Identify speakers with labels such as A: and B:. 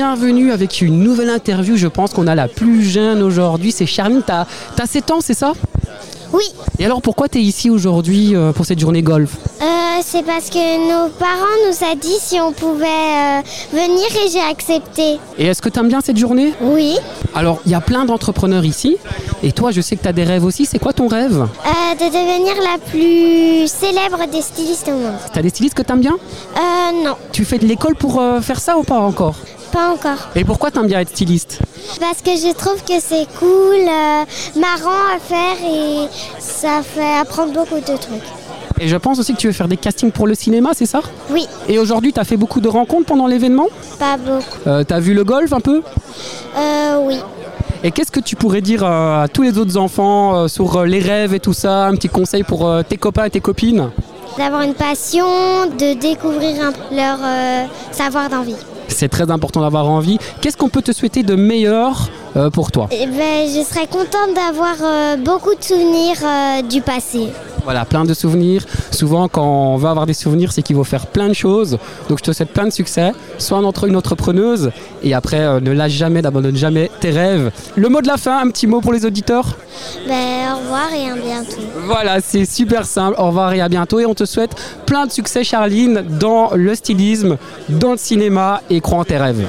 A: bienvenue avec une nouvelle interview. Je pense qu'on a la plus jeune aujourd'hui. C'est Charline, t'as as 7 ans, c'est ça
B: Oui,
A: Et alors pourquoi t'es ici aujourd'hui euh, pour cette journée golf
B: euh, c'est parce que nos parents nous a dit si on pouvait euh, venir et j'ai accepté.
A: Et est-ce que t'aimes bien cette journée
B: Oui,
A: Alors, il y a plein d'entrepreneurs ici. Et toi, je sais que t'as des rêves aussi. C'est quoi ton rêve
B: Euh, de devenir la plus célèbre des stylistes au monde.
A: T'as des stylistes que t'aimes bien
B: Euh, non,
A: Tu fais de l'école pour euh, faire ça ou pas encore
B: pas encore.
A: Et pourquoi t'aimes bien être styliste
B: Parce que je trouve que c'est cool, euh, marrant à faire et ça fait apprendre beaucoup de trucs.
A: Et je pense aussi que tu veux faire des castings pour le cinéma, c'est ça
B: Oui,
A: Et aujourd'hui, t'as fait beaucoup de rencontres pendant l'événement
B: pas beaucoup.
A: Euh, T'as vu le golf un peu
B: Euh, oui.
A: Et qu'est-ce que tu pourrais dire euh, à tous les autres enfants euh, sur euh, les rêves et tout ça Un petit conseil pour euh, tes copains et tes copines
B: D'avoir une passion, de découvrir un- leur euh, savoir d'envie.
A: C'est très important d'avoir envie. Qu'est-ce qu'on peut te souhaiter de meilleur euh, pour toi
B: Eh ben, je serais contente d'avoir euh, beaucoup de souvenirs euh, du passé.
A: Voilà, plein de souvenirs. Souvent, quand on va avoir des souvenirs, c'est qu'il faut faire plein de choses. Donc, je te souhaite plein de succès. Sois un entre- une entrepreneuse. Et après, euh, ne lâche jamais, n'abandonne jamais tes rêves. Le mot de la fin, un petit mot pour les auditeurs.
B: Ben, au revoir et à bientôt.
A: Voilà, c'est super simple. Au revoir et à bientôt. Et on te souhaite plein de succès, Charline, dans le stylisme, dans le cinéma et crois en tes rêves.